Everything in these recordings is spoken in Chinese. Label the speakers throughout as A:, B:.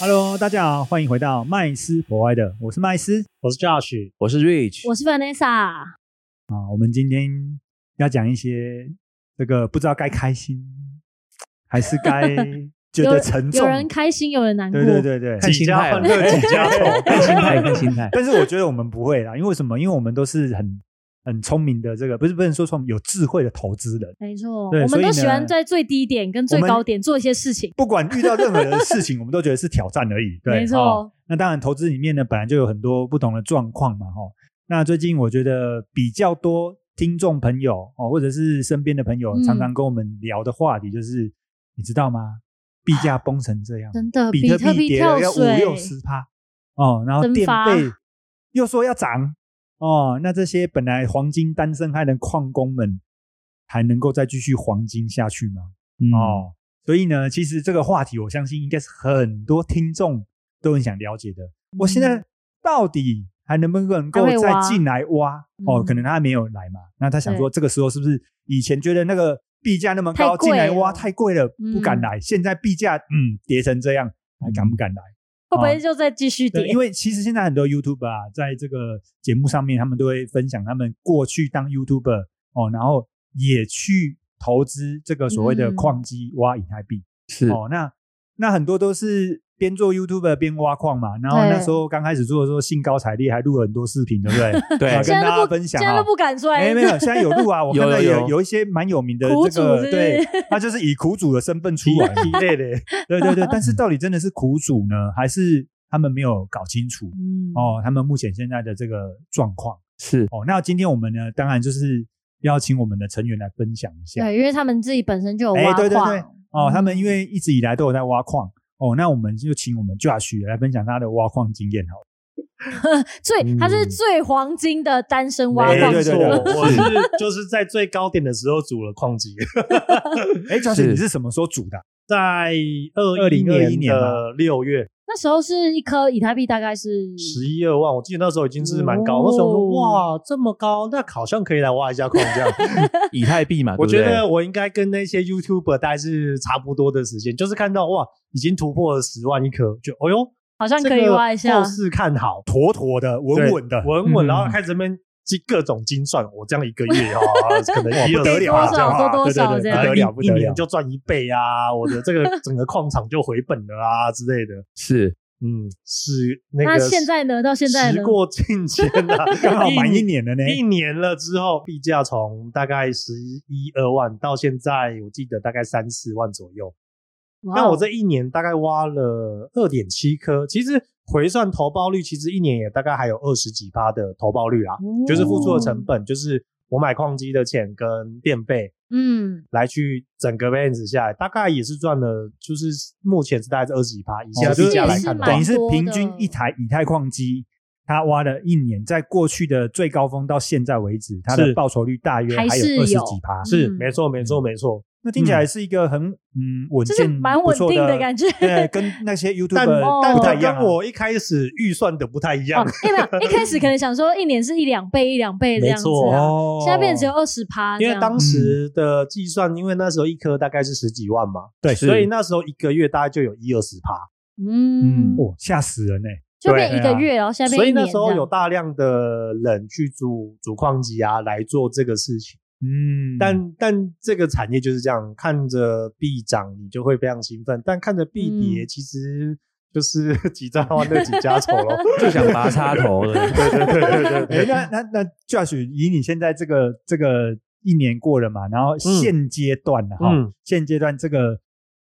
A: Hello，大家好，欢迎回到麦斯博歪的，我是麦斯
B: 我是 Josh，
C: 我是 Rich，
D: 我是 Vanessa，
A: 啊。我们今天要讲一些这个不知道该开 心还是该觉
D: 有
A: 得沉重
D: 有，人开心，有人难过。
A: 对对对对。
C: 看
B: 几
C: 心
B: 家
C: 态
B: 欢
C: 啊
B: 乐几家 愁，
C: 看心态，看心态。
A: 但是我觉得我们不会啦，因为为什么？因为我们都是很很聪明的，这个不是不能说聪明，有智慧的投资人。
D: 没错，
A: 对
D: 我
A: 所
D: 们
A: 以
D: 都
A: 呢
D: 喜欢在最低点跟最
A: 我们
D: 高点做一些事情。
A: 不管遇到任何的事情，我们 都觉得是挑战而已。对，
D: 没错，
A: 哦那当然，投资里面呢，本来就有很多不同的状况嘛，哈、那最近我觉得比较多听众朋友哦，或者是身边的朋友，
D: 嗯
A: 常常跟我们聊的话题就是，你知道吗？币价崩成这样，
D: 真的，
A: 比特
D: 特
A: 币
D: 币
A: 跌
D: 跳
A: 了要五
D: 水，
A: 六十趴哦，然后
D: 蒸
A: 电
D: 发
A: 费又说要涨哦，那这些本来黄金单身汉的矿工们，还能够再继续黄金下去吗？
D: 嗯
C: 哦，
A: 哦，所以呢，其实这个话题，我相信应该是很多听众都很想了解的。我现在到底还能不能够
D: 嗯还会
A: 再
D: 挖
A: 进来挖？哦，
D: 嗯
A: 可能他还没有来嘛，那他想
D: 对
A: 说，这个时候是不是以前觉得那个币价那么高，
D: 太贵
A: 进来挖
D: 了
A: 太贵了，不敢
D: 嗯
A: 来？现在币价嗯跌成这样，还敢不敢来？
D: 会不会就再继续
A: 对，
D: 跌
A: 因？为其实现在很多 YouTuber 啊，在这个节目上面，他们都会分享他们过去当 YouTuber 哦，然后也去投资这个所谓的
D: 嗯
A: 矿机挖以太币。
C: 是
A: 哦，那那很多都是边做 YouTube 边挖矿嘛，然后
D: 对
A: 那时候刚开始做的时候兴高采烈，还录了很多视频，对不 对？
C: 对
A: 要跟
D: 现
A: 大
D: 在
A: 家
D: 都不，
A: 分
D: 现
A: 享
D: 在
A: 啊
D: 都。不敢出来。
A: 没没有，现在有录啊，我看到
C: 有有
A: 有
C: 有
A: 有一些蛮有名的
D: 苦
A: 这个，
D: 主是不是
A: 对，他就是以苦主的身份出来
B: 一类的，
A: 对对对，但
C: 嗯
A: 是到底真的是苦主呢，还是他们没有搞清楚？
D: 嗯，
A: 哦，他们目前现在的这个状况
C: 是
A: 哦，那今天我们呢，当然就是邀请我们的成员来分享一下。
D: 对，因为他们自己本身就有
A: 哎
D: 挖
A: 对对
D: 矿
A: 对，哦，他们
D: 嗯
A: 因为一直以来都有在挖矿哦，那我们就请我们 Josh 来分享他的挖矿经验好了。
D: 最他是
C: 嗯
D: 最黄金的单身挖
A: 哎
D: 矿
A: 对
B: 没
A: 对
B: 错，
A: 对
D: 主。
B: 我是就是在最高点的时候组了矿机，
A: 哎，Josh，
C: 是
A: 你是什么时候组的啊？
B: 在二
A: 2021年
B: 的六月
D: 那时候是一颗以太币大概是
B: 十一二万，我记得那时候已经是蛮高，
D: 哦
B: 那时候说哇这么高，那好像可以来挖一下矿这样。
C: 以太币嘛？
B: 我觉
C: 对不对
B: 得我应该跟那些 YouTuber 大概是差不多的时间，就是看到哇已经突破了十万一颗，就哎呦
D: 好像
B: 这
D: 可以
B: 个
D: 挖一下
B: 后。市看好，
A: 妥妥的，稳
B: 对
A: 稳的，
B: 稳
C: 嗯
B: 稳，然后开始这边精各种精算，我这样一个月啊， 可能一
A: 不得了啊，
D: 多
A: 这样
D: 少
A: 啊
D: 多多
A: 对对
D: 少
A: 对
D: 这
A: 不
D: 样
A: 得了，不
B: 一
A: 得了，
B: 年。就赚一倍啊，我的这个整个矿场就回本了啊之类的。
C: 是
B: 嗯，是那
D: 那
B: 个
D: 现在呢？到现在
B: 时
D: 呢？
B: 过境迁啊
A: 刚好满一
B: 年
A: 年了呢，
B: 一年了之后，币价从大概十一二万到现在，我记得大概三四万左右。
D: 哇
B: 那我
D: 哦
B: 这一年大概挖了二点七颗，其实回算投报率，其实一年也大概还有二十几趴的投报率啊，
D: 哦
B: 就是付出的成本，就是我买矿机的钱跟电费
D: 嗯，
B: 来去整个 balance 下来，大概也是赚了，就是目前是大概是二十几趴，以现
A: 哦
B: 在
A: 就是
B: 币价来
D: 也是
B: 看的
D: 蛮
B: 话
A: 等于是
D: 多
A: 平
D: 的
A: 均一台以太矿机，它挖了一年，在过去的最高峰到现在为止，它的
B: 是
A: 报酬率大约
D: 还
A: 还有
D: 是
A: 二十
D: 有
A: 几趴，
B: 是
D: 嗯
B: 没错，没错，没错，
A: 那听起来是一个很嗯稳
D: 就是
A: 健、
D: 蛮
A: 不
D: 稳
A: 错
D: 定
A: 的
D: 的感觉。
A: 对， 跟那些 YouTube
B: 但
A: 不太
B: 但
A: 一样啊。
B: 跟我一开始预算的不太一样
D: 哦，，因为没有一开始可能想说一年是一两倍一两倍这
B: 没
D: 样子
B: 错
D: 啊，
A: 哦
D: 现在变成只有二十趴这
B: 因
D: 样，
B: 为当时的计算，因为那时候一颗大概是十几万嘛，
A: 对
B: 所以那时候一个月大概就有一二十趴。
D: 嗯，
A: 哦吓死人呢、
D: 就变一
A: 对
D: 个
A: 啊
D: 月，然后现在
B: 所
D: 变
B: 以
D: 一年
B: 那
D: 这样。
B: 时候有大量的人去组组矿机啊来做这个事情，
A: 嗯，
B: 但但这个产业就是这样，看着币涨你就会非常兴奋，但看着币跌
D: 嗯
B: 其实就是 几家欢乐几 家愁咯。
C: 就想拔插 头了。
B: 对对对对对
A: 哎、
B: 对，
A: 那那那 Josh，以你现在这个这个一年过了嘛，
C: 嗯
A: 然后现阶段呢、啊，哈、
B: 嗯
A: 现阶段这个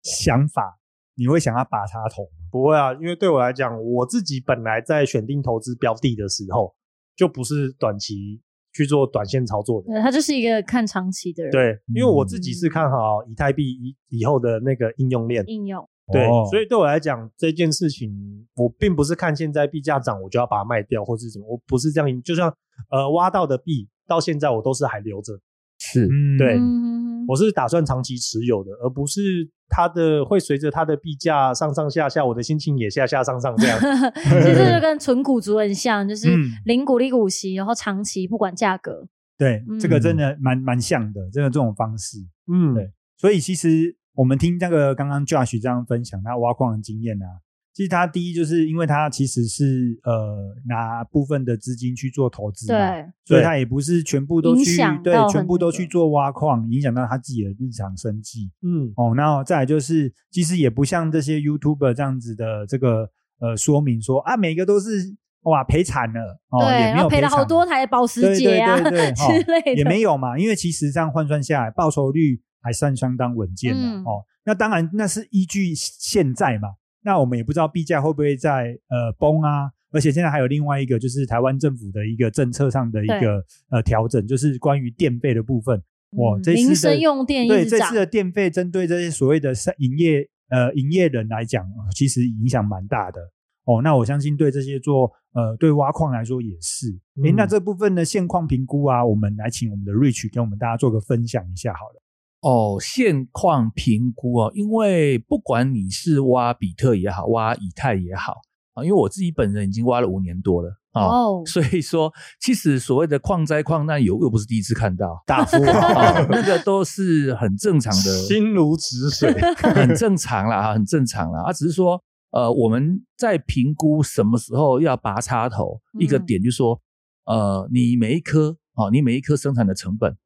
A: 想法，你会想要拔插头吗？
B: 不会啊，因为对我来讲，我自己本来在选定投资标的的时候，就不是短期去做短线操作的。
D: 对他就是一个看长期的人，嗯
B: 对，因为我自己是看好以太币以以后的那个应用链，
D: 应用
B: 对，
A: 哦
B: 所以对我来讲这件事情，我并不是看现在币价涨我就要把它卖掉或是怎么，我不是这样。就像呃挖到的币到现在我都是还留着，
C: 是
A: 嗯，
B: 对
D: 嗯
B: 我是打算长期持有的，而不是它的会随着它的币价上上下下，我的心情也下下上 上这样。
D: 其实就跟纯股族很像，就是
A: 嗯
D: 零股利股息，然后长期不管价格。
A: 对，这个
D: 嗯
A: 真的蛮蛮像的，真的这种方式。
B: 嗯，
A: 对所以其实我们听那个刚刚 Josh 这样分享他挖矿的经验啊，其实他第一就是因为他其实是呃拿部分的资金去做投资嘛，
D: 对，
A: 所以他也不是全部都
D: 影
A: 去
D: 响
A: 对
D: 到很
A: 全部都
D: 那个
A: 去做挖矿，影响到他自己的日常生计
B: 嗯，
A: 哦。那再来就是，其实也不像这些 YouTuber 这样子的这个呃说明说啊，每个都是哇赔惨了哦，
D: 对，
A: 也
D: 然
A: 没有
D: 后赔了
A: 惨
D: 好多台保时
A: 对
D: 捷啊
A: 对对对哦
D: 之类的，
A: 也没有嘛，因为其实这样换算下来，报酬率还算相当稳健的、
D: 嗯
A: 哦。那当然，那是依据现在嘛，那我们也不知道币价会不会在呃崩啊。而且现在还有另外一个，就是台湾政府的一个政策上的一个呃调整，就是关于电费的部分。哇，
D: 嗯
A: 这次
D: 民
A: 的
D: 生用电一
A: 对
D: 直
A: 这
D: 涨
A: 次，的电费，针对这些所谓的商营业呃营业人来讲，哦其实影响蛮大的哦。那我相信对这些做呃对挖矿来说也是。诶，
B: 嗯
A: 那这部分的现况评估啊，我们来请我们的 Rich 跟我们大家做个分享一下好了。
C: 哦，现况评估哦，因为不管你是挖比特也好，挖以太也好啊，因为我自己本人已经挖了五年多了啊。
D: 哦
C: 所以说，其实所谓的矿灾矿难，有又不是第一次看到，
B: 大富
C: 啊那个都是很正常的，
B: 心如止水。
C: 很正常啦，哈很正常啦。啊，只是说，呃，我们在评估什么时候要拔插头，
D: 嗯
C: 一个点就是说，呃，你每一颗哦，你每一颗生产的成本，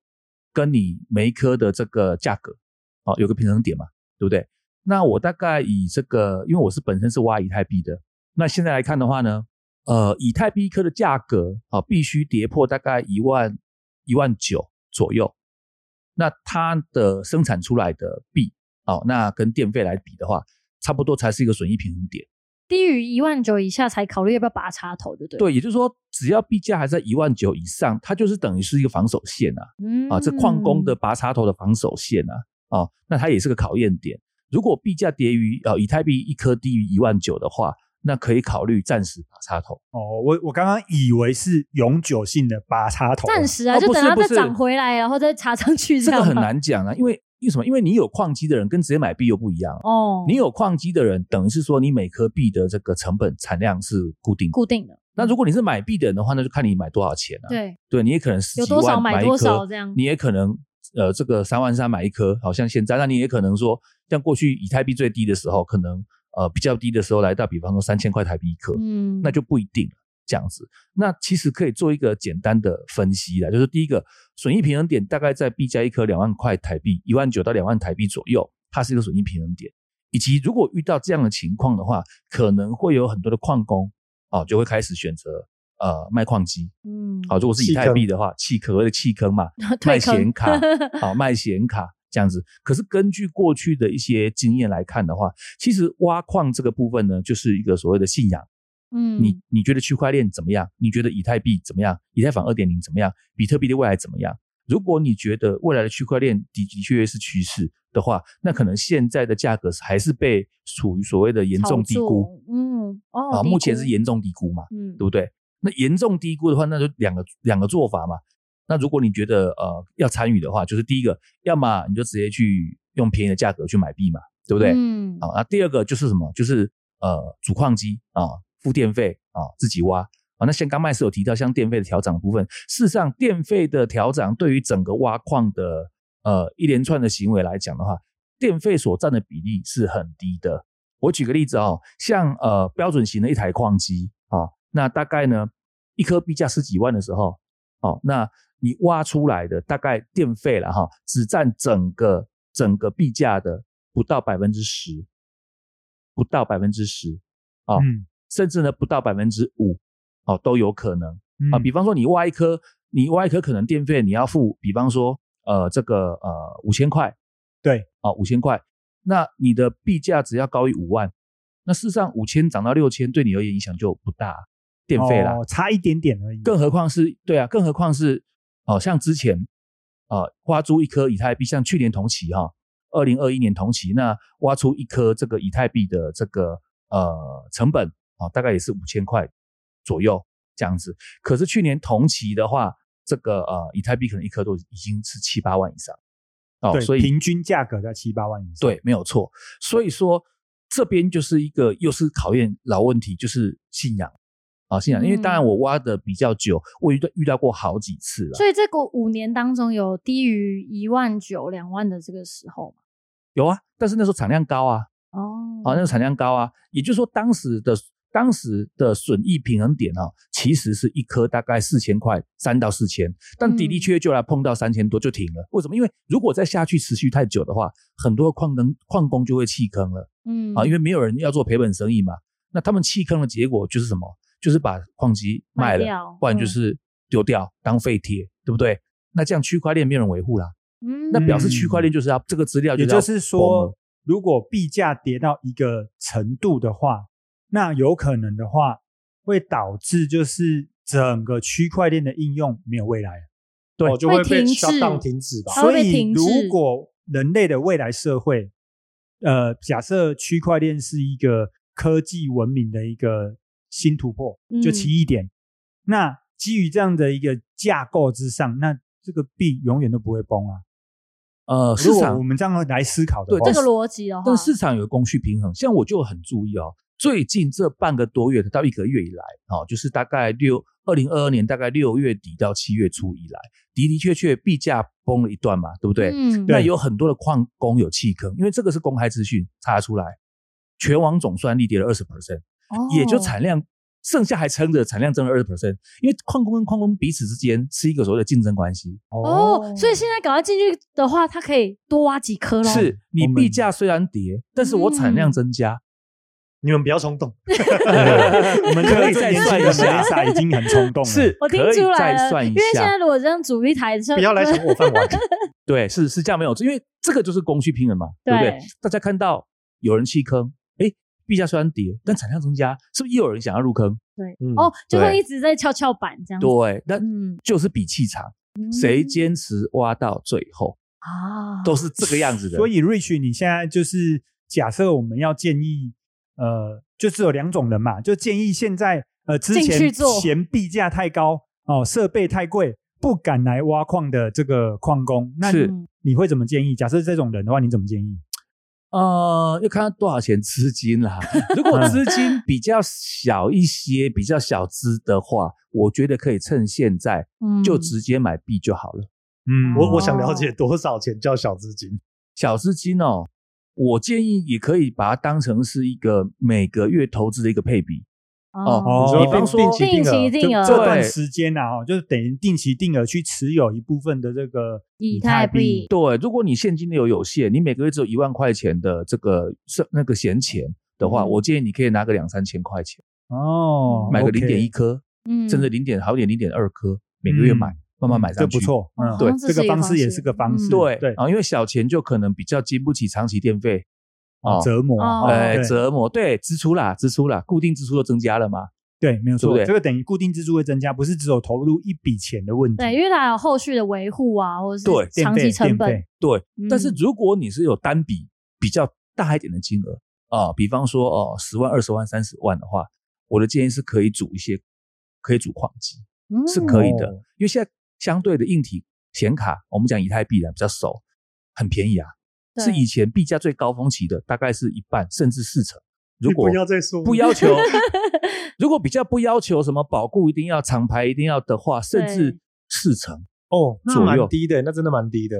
C: 跟你每一颗的这个价格，哦，有个平衡点嘛，对不对？那我大概以这个，因为我是本身是挖以太币的，那现在来看的话呢，呃，以太币一颗的价格啊、必须跌破大概一万一万九左右。那它的生产出来的币哦，那跟电费来比的话，差不多才是一个损益平衡点。
D: 低于一万九以下才考虑要不要拔插头，对不对？，
C: 对，也就是说，只要币价还在一万九以上，它就是等于是一个防守线啊。
D: 嗯
C: 啊，这矿工的拔插头的防守线啊，啊，那它也是个考验点。如果币价跌于呃以太币一颗低于一万九的话，那可以考虑暂时拔插头。
A: 哦，我我刚刚以为是永久性的拔插头，
D: 暂时
C: 哦
D: 啊，就
C: 不是
D: 等它
C: 不
D: 再
C: 是
D: 涨回来，然后再插上去，
C: 这
D: 样
C: 个很
D: 吗
C: 难讲啊，因为因为什么？因为你有矿机的人跟直接买币又不一样。啊
D: 哦。
C: 你有矿机的人，等于是说你每颗币的这个成本产量是固定的。
D: 固定的，
C: 那如果你是买币的人的话，那就看你买多少钱啊。
D: 对，
C: 对你也可能十
D: 有
C: 几
D: 多少
C: 万
D: 买
C: 一
D: 多少
C: 颗，
D: 这样
C: 你也可能呃这个三万三买一颗，好像现在，那你也可能说，像过去以太币最低的时候，可能呃比较低的时候来到，比方说三千块台币一颗，
D: 嗯，
C: 那就不一定了。这样子，那其实可以做一个简单的分析啦，就是第一个损益平衡点大概在币价一颗两万块台币，一万九到两万台币左右，它是一个损益平衡点。以及如果遇到这样的情况的话，可能会有很多的矿工哦，就会开始选择呃卖矿机，
D: 嗯，
C: 好，如果是以
B: 弃
C: 太
B: 坑
C: 币的话，弃壳的弃坑嘛，卖
D: 退坑
C: 显卡，好 卖显卡这样子。可是根据过去的一些经验来看的话，其实挖矿这个部分呢，就是一个所谓的信仰。
D: 嗯，
C: 你你觉得区块链怎么样？你觉得以太币怎么样？以太坊二点零怎么样？比特币的未来怎么样？如果你觉得未来的区块链的的确是趋势的话，那可能现在的价格还是被处于所谓的严
D: 炒
C: 重低估
D: 作，嗯，哦，
C: 啊，
D: 低
C: 目前
D: 估
C: 是，严重低估嘛。
D: 嗯，
C: 对不对？那严重低估的话，那就两个两个做法嘛。那如果你觉得呃要参与的话，就是第一个，要么你就直接去用便宜的价格去买币嘛，对不对？
D: 嗯，
C: 啊好、那第二个就是什么？就是呃主矿机啊，付电费啊，自己挖。啊，那像刚麦斯有提到，像电费的调整部分，事实上电费的调整对于整个挖矿的呃一连串的行为来讲的话，电费所占的比例是很低的。我举个例子哦，像呃标准型的一台矿机啊、那大概呢一颗币价十几万的时候，哦，那你挖出来的大概电费了哈，只占整个整个币价的不到百分之十，不到百分之十，哦，
A: 嗯
C: 甚至呢不到百分之五，哦都有可能啊。
A: 嗯
C: 比方说你挖一颗，你挖一颗可能电费你要付，比方说呃这个呃五千块，
A: 对，
C: 啊五千块，那你的币价只要高于五万，那事实上五千涨到六千对你而言影响就不大，电费啦。
A: 哦，差一点点而已。
C: 更何况是对啊，更何哦况是哦，像之前啊、呃花租一颗以太币，像去年同期哈、二零二一年同期，那挖出一颗这个以太币的这个呃成本啊、哦，大概也是五千块左右这样子。可是去年同期的话，这个呃以太币可能一颗都已经是七八万以上哦，
A: 对，
C: 所以
A: 平均价格在七八万以上。
C: 对，没有错。所以说这边就是一个又是考验老问题，就是信仰啊、信仰。因为当然
D: 嗯
C: 我挖的比较久，我遇到遇到过好几次了。
D: 所以这个五年当中有低于一万九、两万的这个时候嘛？
C: 有啊，但是那时候产量高啊，
D: 哦，
C: 啊，那个产量高啊，也就是说当时的当时的损益平衡点啊，其实是一颗大概四千块，三到四千，但的的确
D: 嗯
C: 确就来碰到三千多就停了。为什么？因为如果再下去持续太久的话，很多矿工矿工就会弃坑了
D: 嗯
C: 啊，因为
D: 为
C: 没有人要做赔本生意嘛。那他们弃坑的结果就是什么？就是把矿机卖了，
D: 掉，
C: 不然就
D: 嗯
C: 是丢掉当废铁，对不对？那这样区块链没有人维护啦，
D: 嗯
C: 那表示区块链就是要这个资料
A: 也
C: 就
A: 就
C: 要
A: 是
C: 我们
A: 说，如果币价跌到一个程度的话，那有可能的话会导致就是整个区块链的应用没有未来。
C: 对
B: 哦就会被
D: 会停滞
B: shut down 停止吧。
D: 它会
A: 所
D: 被
A: 以，
D: 停滞
A: 如果人类的未来社会，呃，假设区块链是一个科技文明的一个新突破，就
D: 嗯
A: 奇异点，那基于这样的一个架构之上，那这个币永远都不会崩啊。
C: 呃市
A: 如果
C: 场
A: 我们这样来思考的
C: 对
A: 话，
D: 这个逻辑的话，
C: 但市场有供需平衡，像我就很注意哦，最近这半个多月到一个月以来，哦，就是大概六二零二二年大概六月底到七月初以来，的的确确币价崩了一段嘛，对不对？
D: 嗯
C: 那
A: 对
C: 有很多的矿工有弃坑，因为这个是公开资讯查出来，全网总算力跌了二十 percent，也
D: 哦
C: 就产量。剩下还撑着，产量增了二十 percent，因为矿工跟矿工彼此之间是一个所谓的竞争关系，
D: 哦哦，所以现在赶快进去的话，它可以多挖几颗咯。
C: 是你
A: 我们
C: 币价虽然跌，但是我产量
D: 嗯
C: 增加，
B: 你们不要冲动，
A: 对我们这个
C: 可以再
A: 年轻
C: 算一
A: 的
C: 下
A: Melissa 已经很冲动了，
C: 是
D: 我听
C: 可以
D: 出来
C: 再
D: 了，
C: 算一
D: 因为现
C: 下
D: 在，如果这样组一台车，
B: 不要来抢我饭碗。
C: 对，是是这样没有错，因为这个就是供需平衡嘛，对不对
D: 对？
C: 大家看到有人弃坑，哎，币价虽然跌，但产量增加，是不是又有人想要入坑？
B: 嗯，
D: 哦，就
C: 对
D: 会一直在跷跷板这样子。
C: 对，那
D: 嗯，
C: 就是比气场，
D: 嗯
C: 谁坚持挖到最后，
D: 啊？
C: 都是这个样子的。
A: 所以 Rich，你现在就是假设我们要建议，呃，就只有两种人嘛，就建议现在呃之
D: 进去
A: 前
D: 做
A: 嫌币价太高哦，设备太贵，不敢来挖矿的这个矿工，那
C: 是
D: 嗯
A: 你会怎么建议？假设这种人的话，你怎么建议？
C: 呃，要看他多少钱资金啦。如果资金比较小一些，比较小资的话，我觉得可以趁现在就
D: 嗯
C: 直接买币就好了。
A: 嗯，
B: 我我想了解多少钱叫小资金？
C: 小资金哦，我建议也可以把它当成是一个每个月投资的一个配比
A: 哦
B: 你说
A: 比
C: 方说
B: 定期
D: 定
B: 额
D: 期
A: 就
D: 定额
A: 这段时间呐、啊，哦，就是等于定期定额去持有一部分的这个
D: 以太币，
C: 对，如果你现金流有限，你每个月只有一万块钱的这个是那个闲钱的话，
D: 嗯
C: 我建议你可以拿个两三千块钱，
A: 哦，
C: 买个
A: OK
C: 零点一颗，
D: 嗯，
C: 甚至零点好一点零点二颗，每个月买，
A: 嗯
C: 慢慢买上
A: 这
C: 去。
A: 不。错，嗯，
C: 对
D: 好像
A: 这
D: 哦是
A: 个
D: 一
A: 方式
D: 式嗯
A: 也是个方式，
C: 对
A: 对，
C: 啊，因为小钱就可能比较经不起长期电费，哦，
A: 折磨，
D: 哦
C: 哎
A: 对
C: 折磨，对，支出啦，支出啦，固定支出都增加了嘛，
A: 对，没有
C: 对不
A: 错，
C: 对
A: 这个等于固定支出会增加，不是只有投入一笔钱的问题。
D: 对，因为它有后续的维护啊，或者
C: 对
D: 是
A: 电
D: 长
A: 费
D: 期成本
A: 电。费
C: 对，但是
D: 嗯
C: 如果你是有单笔比较大一点的金额啊、比方说哦十万、二十万、三十万的话，我的建议是可以组一些，可以组矿机是
D: 嗯
C: 可以的，
A: 哦
C: 因为现在相对的硬体显卡，我们讲以太币的啊比较熟，很便宜啊，是
D: 对
C: 以前币价最高峰期的大概是一半甚至四成。如果
B: 你不要再说，
C: 不要 求，如果比较不要求什么保固一定要、厂牌一定要的话，甚至
D: 对
C: 四成
B: 哦，那
C: 左右
B: 蛮低的，那真的蛮低的。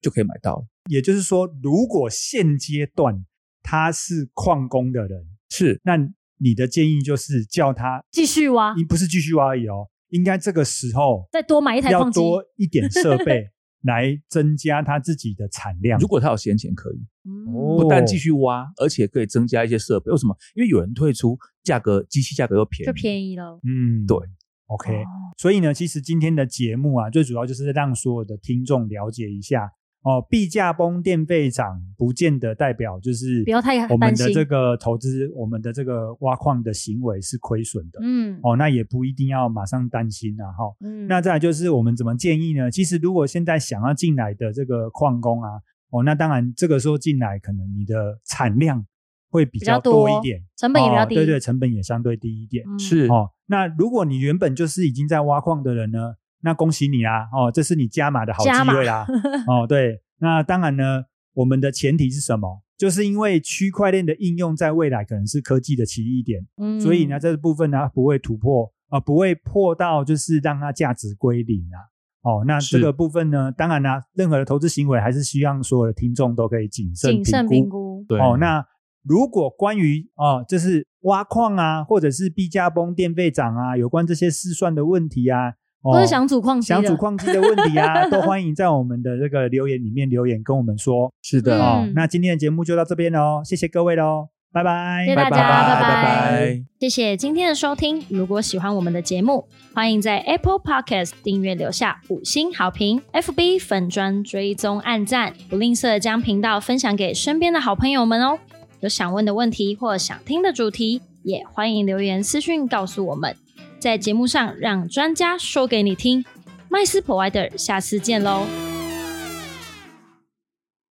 C: 就可以买到了。
A: 也就是说，如果现阶段他是矿工的人，
C: 是
A: 那你的建议就是叫他，
D: 继续挖，
A: 你不是继续挖而已哦，应该这个时候
D: 再多买一台
A: 要
D: 矿机。
A: 多一点设 备来增加他自己的产量
C: 如。果他有闲钱可以。
D: 嗯
A: 哦
C: 不但继续挖，而且可以增加一些设备。为什么？因为有人退出，价格机器价格又便宜，
D: 就便宜了。
A: 嗯，
C: 对
A: ，OK。
D: 哦
A: 所以呢，其实今天的节目啊，最主要就是让所有的听众了解一下哦，币价崩、电费涨，不见得代表就是
D: 不要太
A: 我们
D: 担
A: 的
D: 心
A: 这个投资，我们的这个挖矿的行为是亏损的。
D: 嗯
A: 哦，那也不一定要马上担心啊，哈、
D: 嗯，
A: 那再来就是我们怎么建议呢？其实如果现在想要进来的这个矿工啊，哦，那当然这个时候进来，可能你的产量会比
D: 比较
A: 较
D: 多
A: 多一点，
D: 成本也比较
A: 哦
D: 低
A: 对对，成本也相对低一点。
D: 嗯
C: 是
A: 哦，那如果你原本就是已经在挖矿的人呢，那恭喜你啦！哦，这是你加码的好机
D: 加码
A: 会 啦。哦，对，那当然呢，我们的前提是什么？就是因为区块链的应用在未来可能是科技的奇异点，
D: 嗯
A: 所以呢，这部分呢它不会突破啊、呃不会破到就是让它价值归零啊。哦，那这
C: 是
A: 个部分呢，当然啦、任何的投资行为还是希望所有的听众都可以谨慎
D: 谨慎
A: 评
D: 评
A: 估。
D: 估，
C: 对
A: 哦，那如果关于哦，就是挖矿啊，或者是币价崩、电费涨啊，有关这些试算的问题啊，哦、
D: 都是想主矿机
A: 想
D: 的
A: 主矿机的问题 啊，都欢迎在我们的这个留言里面留言跟我们说。
C: 是的，
D: 嗯
A: 哦，那今天的节目就到这边喽，谢谢各位喽，拜拜，
D: 谢谢大家拜拜
C: 拜
D: 谢谢今天的收听。如果喜欢我们的节目，欢迎在 Apple Podcast 订阅留下五星好评，FB 粉砖追踪按赞，不吝啬将频道分享给身边的好朋友们哦。有想问的问题或想听的主题，也欢迎留言私讯告诉我们，在节目上让专家说给你听。麦斯 Provider，下次见喽，